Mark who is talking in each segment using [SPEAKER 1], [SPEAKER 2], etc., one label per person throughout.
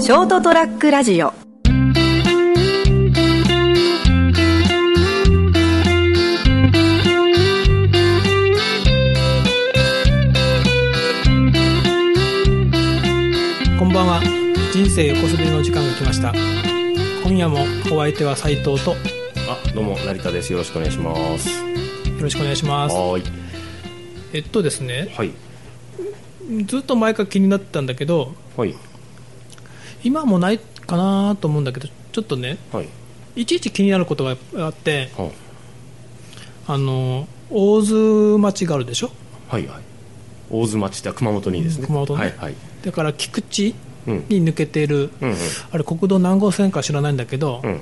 [SPEAKER 1] ショートトラックラジオ
[SPEAKER 2] こんばんは人生横滑りの時間が来ました今夜もお相手は斉藤とよ
[SPEAKER 3] あどうも成田ですよろしくお願いします
[SPEAKER 2] ろしくお願いします
[SPEAKER 3] はーい
[SPEAKER 2] えっとですね
[SPEAKER 3] はい
[SPEAKER 2] ずっと前から気になってたんだけど
[SPEAKER 3] はい
[SPEAKER 2] 今はもうないかなと思うんだけどちょっとね
[SPEAKER 3] はい
[SPEAKER 2] いちいち気になることがあって
[SPEAKER 3] は
[SPEAKER 2] あの大津町があるでしょ
[SPEAKER 3] はいはい大津町って熊本にですね
[SPEAKER 2] 熊本ね
[SPEAKER 3] はいはい
[SPEAKER 2] だから菊池
[SPEAKER 3] うん
[SPEAKER 2] に抜けてる、
[SPEAKER 3] うんうん
[SPEAKER 2] あれ国道何号線か知らないんだけど、
[SPEAKER 3] うん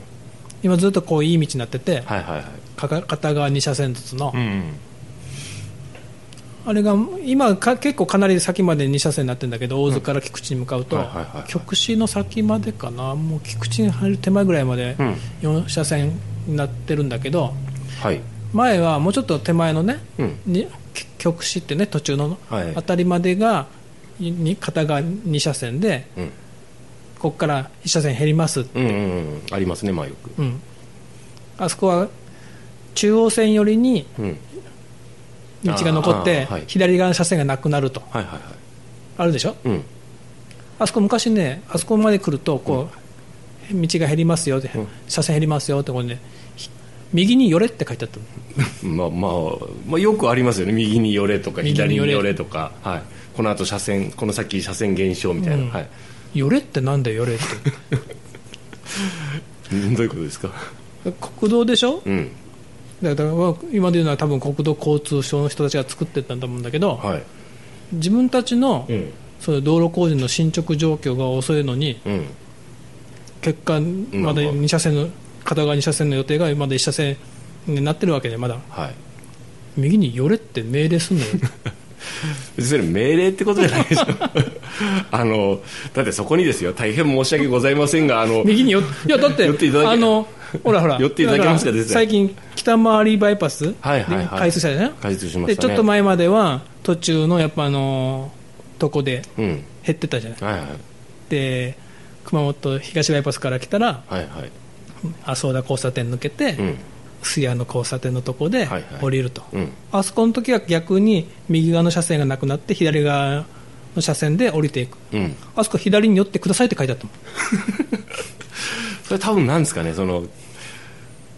[SPEAKER 2] 今ずっとこういい道になってて、
[SPEAKER 3] はいはいはい
[SPEAKER 2] かか片側2車線ずつの、
[SPEAKER 3] うんうん
[SPEAKER 2] あれが今か結構かなり先まで2車線になってるんだけど大津から菊池に向かうと
[SPEAKER 3] はいはいはいはい
[SPEAKER 2] 菊池の先までかなもう菊池に入る手前ぐらいまで
[SPEAKER 3] うん
[SPEAKER 2] 4車線になってるんだけど
[SPEAKER 3] はい
[SPEAKER 2] 前はもうちょっと手前のね
[SPEAKER 3] うん
[SPEAKER 2] にき菊池ってね途中の
[SPEAKER 3] はい
[SPEAKER 2] あたりまでがにに片側2車線で
[SPEAKER 3] うん
[SPEAKER 2] ここから1車線減ります、
[SPEAKER 3] うんうんうんありますねまあよく
[SPEAKER 2] うん、あそこは中央線寄りに
[SPEAKER 3] うん
[SPEAKER 2] 道が残って
[SPEAKER 3] あーはい
[SPEAKER 2] 左側の車線がなくなると
[SPEAKER 3] はいはいはい
[SPEAKER 2] あるでしょ
[SPEAKER 3] うん
[SPEAKER 2] あそこ昔ね、あそこまで来るとこう、道が減りますよって、
[SPEAKER 3] ん
[SPEAKER 2] 車線減りますよってこれ、ね、ひ右に寄れって書いてあったの
[SPEAKER 3] まあまあ、まあ、よくありますよね右に寄れとか
[SPEAKER 2] 右に寄れ
[SPEAKER 3] 左に寄れとかはいこの後車線この先車線減少みたいな、
[SPEAKER 2] うん
[SPEAKER 3] はい
[SPEAKER 2] 寄れってなんだよ、寄れって
[SPEAKER 3] うんどういうことですか
[SPEAKER 2] 国道でしょ
[SPEAKER 3] うん
[SPEAKER 2] だから今で言うのは多分国土交通省の人たちが作ってたんだもんだけど、
[SPEAKER 3] はい
[SPEAKER 2] 自分たちの、
[SPEAKER 3] ん
[SPEAKER 2] その道路工事の進捗状況が遅いのに
[SPEAKER 3] うん
[SPEAKER 2] 結果まだ2車線の片側2車線の予定がまだ1車線になってるわけでまだ
[SPEAKER 3] はい
[SPEAKER 2] 右に寄れって命令すんのよ
[SPEAKER 3] 別にそれ命令ってことじゃない でしょあのだってそこにですよ大変申し訳ございませんがあの
[SPEAKER 2] 右によいやだって
[SPEAKER 3] 寄っていただけ
[SPEAKER 2] あのほらほら
[SPEAKER 3] 寄っていただけますか
[SPEAKER 2] だら
[SPEAKER 3] ですね
[SPEAKER 2] 最近北回りバイパスで
[SPEAKER 3] はいはいはい
[SPEAKER 2] 開通したじゃない
[SPEAKER 3] 開通しましたね
[SPEAKER 2] でちょっと前までは途中のやっぱあのとこで
[SPEAKER 3] うん
[SPEAKER 2] 減ってたじゃない
[SPEAKER 3] はいはい
[SPEAKER 2] で熊本東バイパスから来たら
[SPEAKER 3] はいはい
[SPEAKER 2] 麻生田交差点抜けて、
[SPEAKER 3] うん
[SPEAKER 2] 須谷の交差点のとこで
[SPEAKER 3] はいはい
[SPEAKER 2] 降りると、
[SPEAKER 3] うん
[SPEAKER 2] あそこの時は逆に右側の車線がなくなって左側の車線で降りていく
[SPEAKER 3] うん
[SPEAKER 2] あそこ左に寄ってくださいって書いてあったもん
[SPEAKER 3] それ多分なんですかねその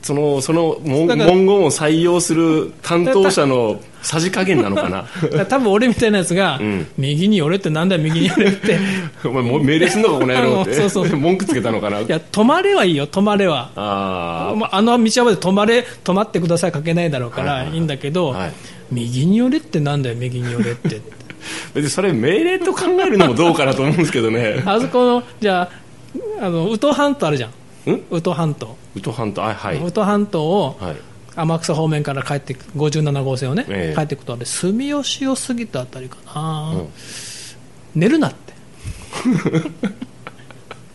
[SPEAKER 3] そのその文
[SPEAKER 2] だから
[SPEAKER 3] 文言を採用する担当者のさじ加減なのかな
[SPEAKER 2] だから多分俺みたいなやつが、
[SPEAKER 3] ん
[SPEAKER 2] 右に寄れってなんだよ右に寄れ ってい
[SPEAKER 3] お前もう命令すんのかこの野郎って
[SPEAKER 2] そうそう
[SPEAKER 3] 文句つけたのかな
[SPEAKER 2] や止まれはいいよ止まれは
[SPEAKER 3] あ
[SPEAKER 2] ああの道は止まれ止まってくださいかけないだろうか
[SPEAKER 3] はい
[SPEAKER 2] ら
[SPEAKER 3] はい
[SPEAKER 2] いいんだけど、
[SPEAKER 3] はい
[SPEAKER 2] 右に寄れってなんだよ右に寄れって
[SPEAKER 3] あ別にそれ命令と考えるのもどうかなと思うんですけ どね
[SPEAKER 2] あそこのじゃああの宇土半島あるじゃん
[SPEAKER 3] うん
[SPEAKER 2] 宇土半島、
[SPEAKER 3] 宇都半島はいはい
[SPEAKER 2] 宇土半島を
[SPEAKER 3] はい
[SPEAKER 2] 天草方面から帰っていく57号線をね、
[SPEAKER 3] ええ
[SPEAKER 2] 帰っていくとあれ住吉を過ぎたあたりかな、
[SPEAKER 3] うん
[SPEAKER 2] 寝るなって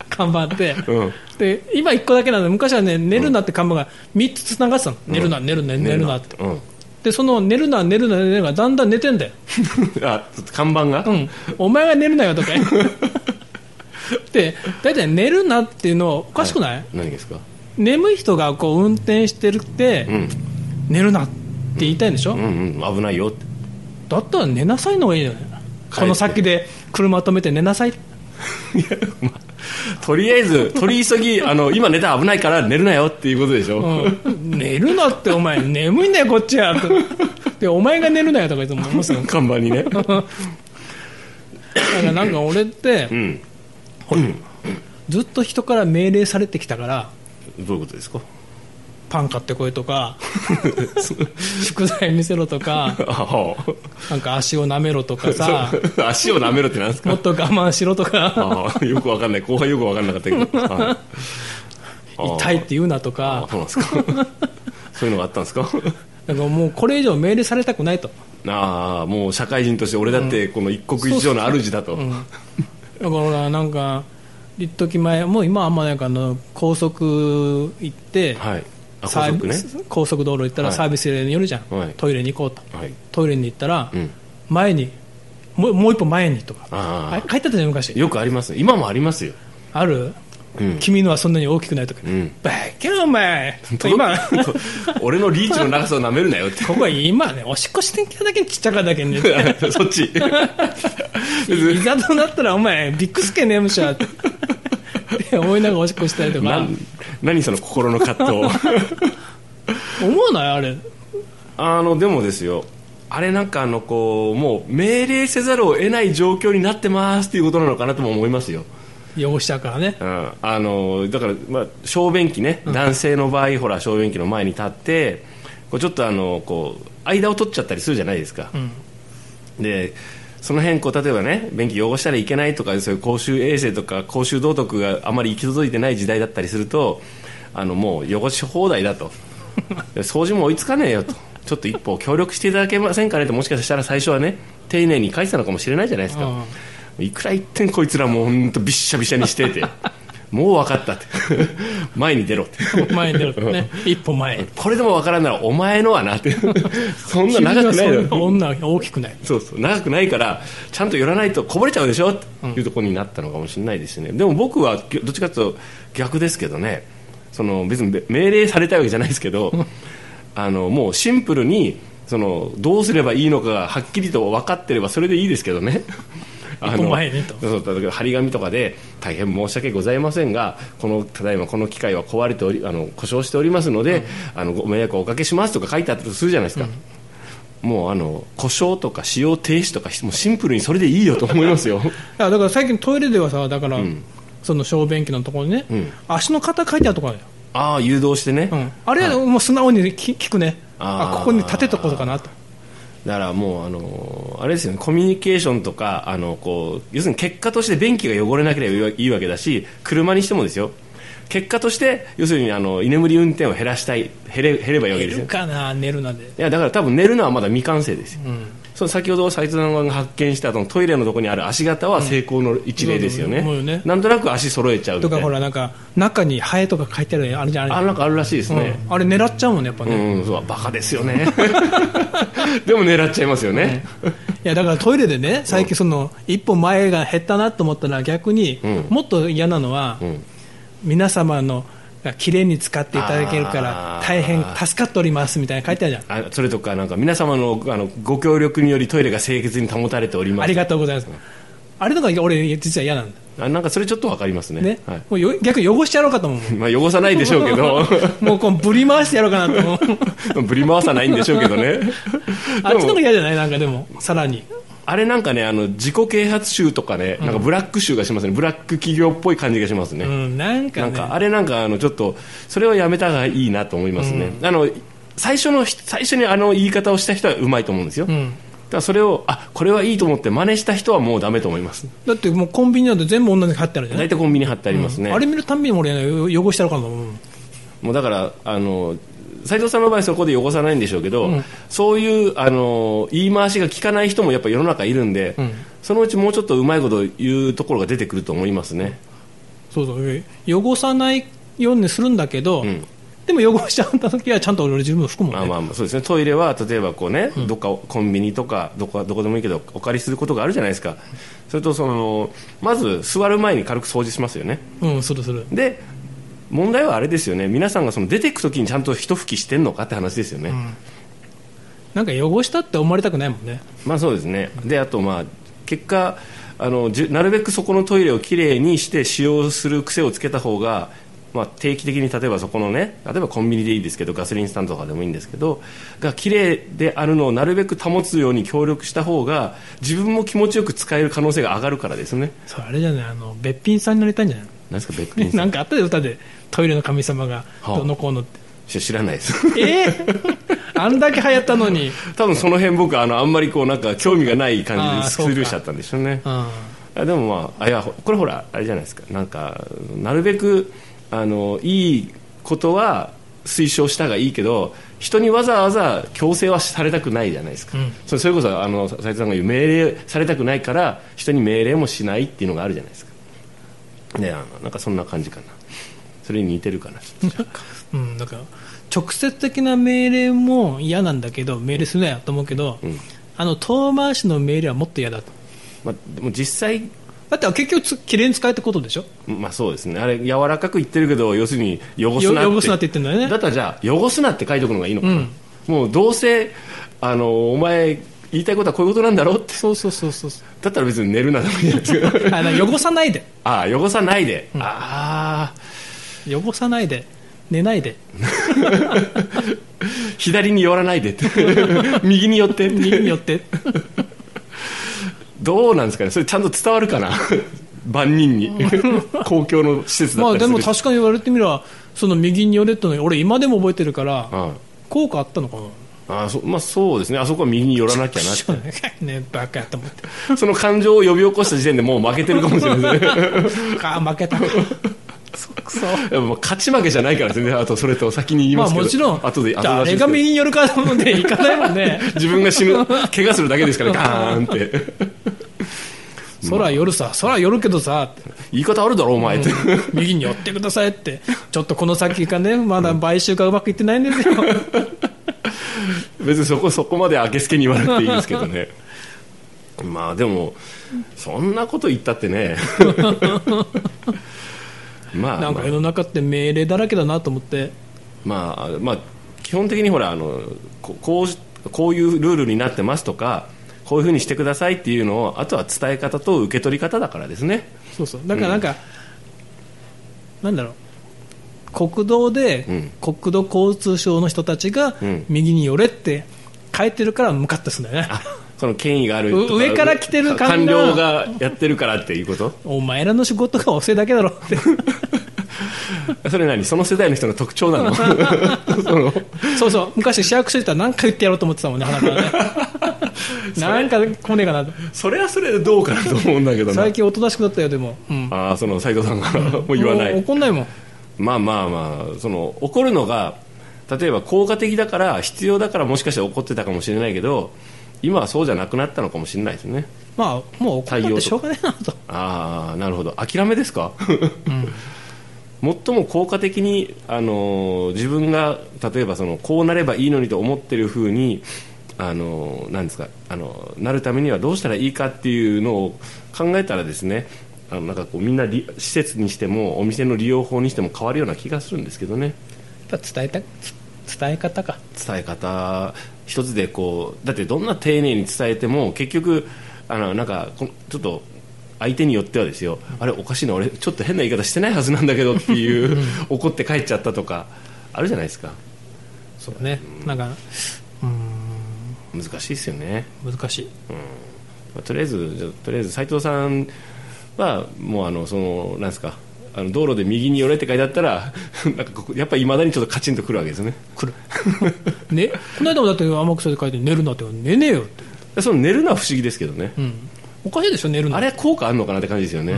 [SPEAKER 2] 看板って、
[SPEAKER 3] うん
[SPEAKER 2] で今1個だけなんで昔はね寝るなって看板が3つつながってたの、寝るな寝るな寝るなって
[SPEAKER 3] うん
[SPEAKER 2] でその寝るな寝るな寝るながだんだん寝てんだよ、
[SPEAKER 3] あ看板が
[SPEAKER 2] うん、お前が寝るなよとか で大体寝るなっていうのおかしくない、
[SPEAKER 3] 何ですか
[SPEAKER 2] 眠い人がこう運転してるって、
[SPEAKER 3] うん
[SPEAKER 2] 寝るなって言いたいんでしょ、
[SPEAKER 3] うんうん危ないよって
[SPEAKER 2] だったら寝なさいの方がいいよねこの先で車止めて寝なさい
[SPEAKER 3] とりあえず取り急ぎ あの今寝たら危ないから寝るなよっていうことでしょ、
[SPEAKER 2] うん寝るなってお前眠いんだよこっち はでお前が寝るなよとか言ってももうすぐだ
[SPEAKER 3] 看板 にね
[SPEAKER 2] からなんか俺って、
[SPEAKER 3] ん
[SPEAKER 2] ずっと人から命令されてきたから
[SPEAKER 3] どういうことですか
[SPEAKER 2] パン買ってこいと か宿題見せろとか
[SPEAKER 3] あ
[SPEAKER 2] なんか足を舐めろとか
[SPEAKER 3] あ
[SPEAKER 2] さ
[SPEAKER 3] そう足を舐めろってなんです
[SPEAKER 2] も
[SPEAKER 3] か
[SPEAKER 2] っと我慢しろとか
[SPEAKER 3] ああよくわかんない後半よくわかんなかったけど、はいあ あ
[SPEAKER 2] 痛いって言うなとか
[SPEAKER 3] あそうなんで すかそういうのがあったんですか
[SPEAKER 2] なんかもうこれ以上命令されたくないと
[SPEAKER 3] ああもう社会人として俺だってこの一国一城の主だと、
[SPEAKER 2] だからほらなんか一時前もう今はあんまないからあの高速行って、
[SPEAKER 3] はいあ
[SPEAKER 2] サー
[SPEAKER 3] 家族
[SPEAKER 2] ビ
[SPEAKER 3] ね
[SPEAKER 2] ス高速道路行ったら
[SPEAKER 3] はい
[SPEAKER 2] サービスエリアに寄るじゃん、
[SPEAKER 3] はい
[SPEAKER 2] トイレに行こうと、
[SPEAKER 3] はい
[SPEAKER 2] トイレに行ったら、
[SPEAKER 3] うん
[SPEAKER 2] 前にもうもう一歩前にとか
[SPEAKER 3] ああ
[SPEAKER 2] あ書いてあったじゃん昔
[SPEAKER 3] よくありますね今もありますよ
[SPEAKER 2] ある、
[SPEAKER 3] うん
[SPEAKER 2] 君のはそんなに大きくないとか、
[SPEAKER 3] ん
[SPEAKER 2] バカやお前今こ
[SPEAKER 3] 俺のリーチの長さをなめるなよって
[SPEAKER 2] こは今ねおしっこしてんきただけにちっちゃかだけにね
[SPEAKER 3] そっち
[SPEAKER 2] いざとなったらお前ビッグスケねむしゃ ってって思いながらおしっこしたりとか
[SPEAKER 3] なん何その心の葛 藤
[SPEAKER 2] 思わないあれ
[SPEAKER 3] あのでもですよあれなんかあのこうもう命令せざるを得ない状況になってますっていうことなのかなとも思いますよ
[SPEAKER 2] 汚しちゃうからね
[SPEAKER 3] うんあのだから、まあ、小便器ね男性の場合、ほら小便器の前に立ってこうちょっとあのこう間を取っちゃったりするじゃないですか、でその辺こう例えばね便器汚したらいけないとかそういう公衆衛生とか公衆道徳があまり行き届いてない時代だったりするとあのもう汚し放題だとで掃除も追いつかねえよとちょっと一歩協力していただけませんかねともしかしたら最初はね丁寧に返したのかもしれないじゃないですか、
[SPEAKER 2] うん
[SPEAKER 3] いくら言ってんこいつらもうほんとびっしゃびしゃにしててもう分かったって 前に出ろって
[SPEAKER 2] 前に出るからね一歩前に
[SPEAKER 3] これでも分からんならお前のはなってそんな長くないだ
[SPEAKER 2] 君は
[SPEAKER 3] ろ
[SPEAKER 2] そんな女は大きくない
[SPEAKER 3] そうそう長くないからちゃんと寄らないとこぼれちゃうでしょっていうところになったのかもしれないですね、でも僕はぎょどっちかというと逆ですけどねその別にべ命令されたわけじゃないですけどあのもうシンプルにそのどうすればいいのかがはっきりと分かってればそれでいいですけどねあ
[SPEAKER 2] 一歩
[SPEAKER 3] の
[SPEAKER 2] 前にと
[SPEAKER 3] そうだから張り紙とかで大変申し訳ございませんがこのただいまこの機械は壊れておりあの故障しておりますので、あのご迷惑をおかけしますとか書いてあったとするじゃないですか、もうあの故障とか使用停止とかもうシンプルにそれでいいよと思いますよ
[SPEAKER 2] あだから最近トイレではさだから、その小便器のところにね、
[SPEAKER 3] ん
[SPEAKER 2] 足の型書いてあるとこあるよ、
[SPEAKER 3] ああ誘導してね、
[SPEAKER 2] うん、あれはもう素直にき聞くね
[SPEAKER 3] あ
[SPEAKER 2] あ
[SPEAKER 3] ー
[SPEAKER 2] ここに立てとことかなと
[SPEAKER 3] だからもうあのあれですよねコミュニケーションとかあのこう要するに結果として便器が汚れなければいいわけだし車にしてもですよ結果として要するにあの居眠り運転を減らしたい減れ減ればいいわけ
[SPEAKER 2] 寝
[SPEAKER 3] です
[SPEAKER 2] る
[SPEAKER 3] よ
[SPEAKER 2] かな寝るなで
[SPEAKER 3] いやだから多分寝るのはまだ未完成ですよ、その先ほど斉藤さんが発見したそのトイレのところにある足型は成功の一例ですよね,、
[SPEAKER 2] うんそうだと思うよね
[SPEAKER 3] なんとなく足揃えちゃうみ
[SPEAKER 2] と
[SPEAKER 3] た
[SPEAKER 2] か
[SPEAKER 3] い
[SPEAKER 2] ほ
[SPEAKER 3] な
[SPEAKER 2] らなんか中にハエとか書いてあるのあるじゃんあ
[SPEAKER 3] あ
[SPEAKER 2] れ
[SPEAKER 3] なんかあるらしいですね、
[SPEAKER 2] うんあれ狙っちゃうもんねやっぱね、い
[SPEAKER 3] うん、そうバカですよね でも狙っちゃいます よね、
[SPEAKER 2] やだからトイレでね最近その一歩前が減ったなと思ったら逆に、
[SPEAKER 3] ん
[SPEAKER 2] もっと嫌なのは、
[SPEAKER 3] ん
[SPEAKER 2] 皆様のが綺麗に使っていただけるから
[SPEAKER 3] あー
[SPEAKER 2] 大変助かっておりますみたいな書いてあるじゃん
[SPEAKER 3] あそれとかなんか皆様のあのご協力によりトイレが清潔に保たれておりま
[SPEAKER 2] あり
[SPEAKER 3] す
[SPEAKER 2] がとうございます。あれとか俺実は嫌なんだ。
[SPEAKER 3] あなんかそれちょっとわかりますね
[SPEAKER 2] ね。
[SPEAKER 3] はい
[SPEAKER 2] もうよ逆に汚してやろうかと思 う。
[SPEAKER 3] まあ、汚さないでしょうけど
[SPEAKER 2] もうこうぶり回してやろうかなと思う。
[SPEAKER 3] ぶり回さないんでしょうけどね
[SPEAKER 2] あっちの方が嫌じゃないなんかでも、さらに。
[SPEAKER 3] あれなんかねあの自己啓発集とかねなんかブラック集がしますねブラック企業っぽい感じがしますね、
[SPEAKER 2] うん、なんか
[SPEAKER 3] な
[SPEAKER 2] ね。
[SPEAKER 3] んかあれなんかあのちょっとそれをやめた方がいいなと思いますね、あの最初の最初にあの言い方をした人はうまいと思うんですよ、
[SPEAKER 2] うん。
[SPEAKER 3] だからそれをあこれはいいと思って真似した人はもうダメと思います
[SPEAKER 2] だってもうコンビニなんて全部同じに買ってあるじゃな
[SPEAKER 3] 大
[SPEAKER 2] い
[SPEAKER 3] 体コンビニ貼ってありますね、
[SPEAKER 2] あれ見るたんびに俺ね、汚してやろうかと思う。
[SPEAKER 3] もうだからあの斉藤さんの場合そこで汚さないんでしょうけど、そういうあの言い回しが効かない人もやっぱ世の中いるんで、そのうちもうちょっとうまいこと言うところが出てくると思いますね、
[SPEAKER 2] そうそう。汚さないようにするんだけど、
[SPEAKER 3] ん
[SPEAKER 2] でも汚しちゃった時はちゃんと俺自分拭くもんね。
[SPEAKER 3] まあまあまあそうですねトイレは例えばこうね、どっかコンビニとかどこどこでもいいけどお借りすることがあるじゃないですかそれとそのまず座る前に軽く掃除しますよね
[SPEAKER 2] うん、するする。
[SPEAKER 3] で問題はあれですよね皆さんがその出てく時にちゃんと一拭きしてんのかって話ですよね、
[SPEAKER 2] なんか汚したって思われたくないもんね。
[SPEAKER 3] まあそうですねであとまあ結果あのじゅなるべくそこのトイレをきれいにして使用する癖をつけた方がまあ、定期的に例えばそこのね例えばコンビニでいいですけどガソリンスタンドとかでもいいんですけどが綺麗であるのをなるべく保つように協力した方が自分も気持ちよく使える可能性が上がるからですね
[SPEAKER 2] それあれじゃない、あの、べっぴんさんになりたいんじゃない
[SPEAKER 3] 何ですか別品
[SPEAKER 2] なんかあったよ歌でトイレの神様が
[SPEAKER 3] はあ
[SPEAKER 2] どうのこうのって、
[SPEAKER 3] 知らないです
[SPEAKER 2] えー あんだけ流行ったのに、
[SPEAKER 3] 多分その辺僕あのあんまりこうなんか興味がない感
[SPEAKER 2] あー
[SPEAKER 3] じでス
[SPEAKER 2] そうか
[SPEAKER 3] ルーしちゃったんでしょうね
[SPEAKER 2] うん、
[SPEAKER 3] あでもまああいやほこれほらあれじゃないですかなんかなるべくあのいいことは推奨したがいいけど人にわざわざ強制はされたくないじゃないですか、
[SPEAKER 2] うん
[SPEAKER 3] それそれこそあの斉藤さんが言う命令されたくないから人に命令もしないっていうのがあるじゃないですかねあのなんかそんな感じかなそれに似てるかなちょっと
[SPEAKER 2] うん、だから直接的な命令も嫌なんだけど命令するなよと思うけど、あの遠回しの命令はもっと嫌だと
[SPEAKER 3] まあ、でも実際
[SPEAKER 2] だって結局つきれいに使えってことでしょ
[SPEAKER 3] まあそうですねあれ柔らかく言ってるけど要するに汚すなって
[SPEAKER 2] よ汚すなって言ってんだよね
[SPEAKER 3] ったらじゃあ汚すなって書いとくのがいいのかな、
[SPEAKER 2] うん
[SPEAKER 3] もうどうせあのお前言いたいことはこういうことなんだろうって
[SPEAKER 2] そうそうそうそうそう
[SPEAKER 3] だったら別に寝るなでもいいんです けど
[SPEAKER 2] あだから汚さないで
[SPEAKER 3] ああ汚さないで、ああ
[SPEAKER 2] 汚さないで寝ないで
[SPEAKER 3] 左に寄らないで って右に寄ってって
[SPEAKER 2] 右に寄 って
[SPEAKER 3] どうなんですかねそれちゃんと伝わるかな万人に公共の施設だ
[SPEAKER 2] ま
[SPEAKER 3] った
[SPEAKER 2] あ
[SPEAKER 3] り
[SPEAKER 2] です
[SPEAKER 3] る
[SPEAKER 2] も確かに言われてみればその右に寄れってのに俺今でも覚えてるから、
[SPEAKER 3] はい
[SPEAKER 2] 効果あったのかな
[SPEAKER 3] ああそまあ、そうですねあそこは右に寄らなきゃな
[SPEAKER 2] そうね ねバカやと思って
[SPEAKER 3] その感情を呼び起こした時点でもう負けてるかもしれないですね
[SPEAKER 2] ああ負けたかそくそ
[SPEAKER 3] でもまあ勝ち負けじゃないからですねあとそれと先に言い
[SPEAKER 2] ま
[SPEAKER 3] ま
[SPEAKER 2] あ
[SPEAKER 3] すけど、
[SPEAKER 2] もちろん
[SPEAKER 3] 後で後
[SPEAKER 2] あ
[SPEAKER 3] 出
[SPEAKER 2] れ
[SPEAKER 3] しです
[SPEAKER 2] が
[SPEAKER 3] けど
[SPEAKER 2] 右に寄るかと思って行かないもんね
[SPEAKER 3] 自分が死ぬ怪我するだけですからガーンって
[SPEAKER 2] 空寄るさ空寄るけどさって
[SPEAKER 3] 言い方あるだろお前って、
[SPEAKER 2] 右に寄ってくださいってちょっとこの先がねまだ買収がうまくいってないんですよ
[SPEAKER 3] 別にそこそこまであけすけに言わなくていいですけどねまあでもそんなこと言ったってね まあ
[SPEAKER 2] なんか世の中って命令だらけだなと思って
[SPEAKER 3] まあ、まあ、基本的にほらあのここうしこういうルールになってますとかこういうふうにしてくださいっていうのをあとは伝え方と受け取り方だからですね
[SPEAKER 2] そうそうだからなんか、なんだろう国道で、国土交通省の人たちが、
[SPEAKER 3] ん
[SPEAKER 2] 右に寄れって書いてるからムカッとすんだよね
[SPEAKER 3] その権威がある
[SPEAKER 2] う
[SPEAKER 3] と
[SPEAKER 2] 上から来てる
[SPEAKER 3] 官
[SPEAKER 2] 官僚
[SPEAKER 3] 僚がやってるからっていうこと
[SPEAKER 2] お前らの仕事が遅いだけだろって
[SPEAKER 3] それ何その世代の人の特徴なの その
[SPEAKER 2] そうそう昔市役所行ったら何か言ってやろうと思ってたもんね鼻 からねなんか来ねえかなと
[SPEAKER 3] それはそれでどうかなと思うんだけどな
[SPEAKER 2] 最近おとなしくなったよでも、うん、
[SPEAKER 3] ああその斉藤さんが もう言わな
[SPEAKER 2] もう
[SPEAKER 3] い
[SPEAKER 2] 怒んないもん
[SPEAKER 3] まあまあまあその怒るのが例えば効果的だから必要だからもしかしたら怒ってたかもしれないけど今はそうじゃなくなったのかもしれないですね
[SPEAKER 2] まあもう怒ったってしょうがないなと
[SPEAKER 3] ああなるほど諦めですか、最も効果的に、あのー自分が例えばそのこうなればいいのにと思ってる風にあのーなんですかあのーなるためにはどうしたらいいかっていうのを考えたらですねあのなんかこうみんなり施設にしてもお店の利用法にしても変わるような気がするんですけどね
[SPEAKER 2] やっぱ伝えたつ伝え方か
[SPEAKER 3] 伝え方一つでこうだってどんな丁寧に伝えても結局あのなんかこちょっと相手によってはですよあれおかしいな俺ちょっと変な言い方してないはずなんだけどっていう 怒って帰っちゃったとかあるじゃないですか
[SPEAKER 2] そうねなんかうーん
[SPEAKER 3] 難しいですよね、
[SPEAKER 2] 難しい
[SPEAKER 3] まあとりあえずじゃあとりあえず斉藤さんはもうあのそのなんですかあの道路で右に寄れって書いてあったら なんかここやっぱりいまだにちょっとカチンとくるわけですね
[SPEAKER 2] 来るねこの間もだって天草で書いて寝るなって寝ねえよって、
[SPEAKER 3] で その寝るのは不思議ですけどね、
[SPEAKER 2] うん、おかしいでしょ寝るの
[SPEAKER 3] あれ効果あるのかなって感じですよね、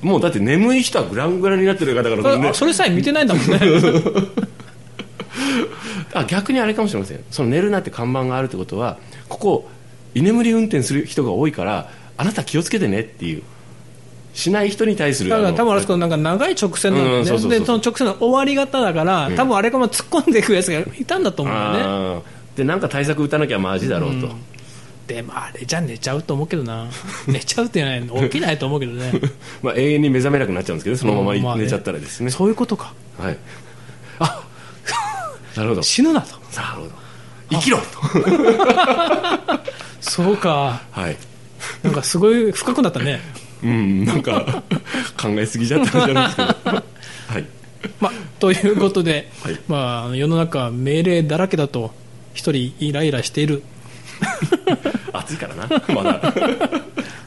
[SPEAKER 3] もうだって眠い人はグラングランになってる方だから
[SPEAKER 2] それ,あ、
[SPEAKER 3] ね
[SPEAKER 2] それさえ見てないんだもんね
[SPEAKER 3] あ逆にあれかもしれませんその寝るなって看板があるってことはここ居眠り運転する人が多いからあなた気をつけてねっていうしない人に対する
[SPEAKER 2] だから多分あれです
[SPEAKER 3] か
[SPEAKER 2] けどなんか長い直線なん
[SPEAKER 3] うん
[SPEAKER 2] だ
[SPEAKER 3] そう
[SPEAKER 2] よ
[SPEAKER 3] そ
[SPEAKER 2] ね
[SPEAKER 3] うそうそう
[SPEAKER 2] でその直線の終わり方だから、多分あれがもう突っ込んでいくやつがいたんだと思うんだよね
[SPEAKER 3] あーでなんか対策打たなきゃマジだろうと、
[SPEAKER 2] でもあれじゃ寝ちゃうと思うけどな 寝ちゃうって言わないの起きないと思うけどね
[SPEAKER 3] まあ、永遠に目覚めなくなっちゃうんですけどそのま
[SPEAKER 2] うんま
[SPEAKER 3] ま
[SPEAKER 2] あね
[SPEAKER 3] 寝ちゃったらですね,、
[SPEAKER 2] そういうことか
[SPEAKER 3] はいあ なるほど
[SPEAKER 2] 死 ぬなと
[SPEAKER 3] なるほど生きろと
[SPEAKER 2] そうか
[SPEAKER 3] はい
[SPEAKER 2] なんかすごい深くなったね
[SPEAKER 3] うん、なんか考えすぎちゃったんじゃないですけど、はい、
[SPEAKER 2] まあ、ということで、
[SPEAKER 3] はい
[SPEAKER 2] まあ、世の中は命令だらけだと一人イライラしている
[SPEAKER 3] 暑いからな、まだ。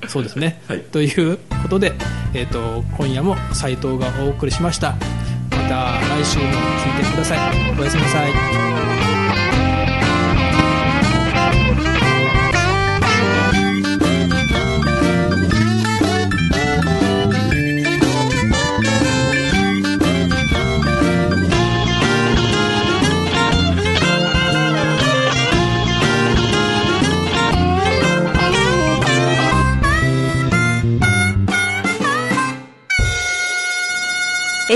[SPEAKER 2] そうですね、
[SPEAKER 3] はい
[SPEAKER 2] ということで、えー、と今夜も斉藤がお送りしましたまた来週も聞いてくださいおやすみなさい
[SPEAKER 1] ー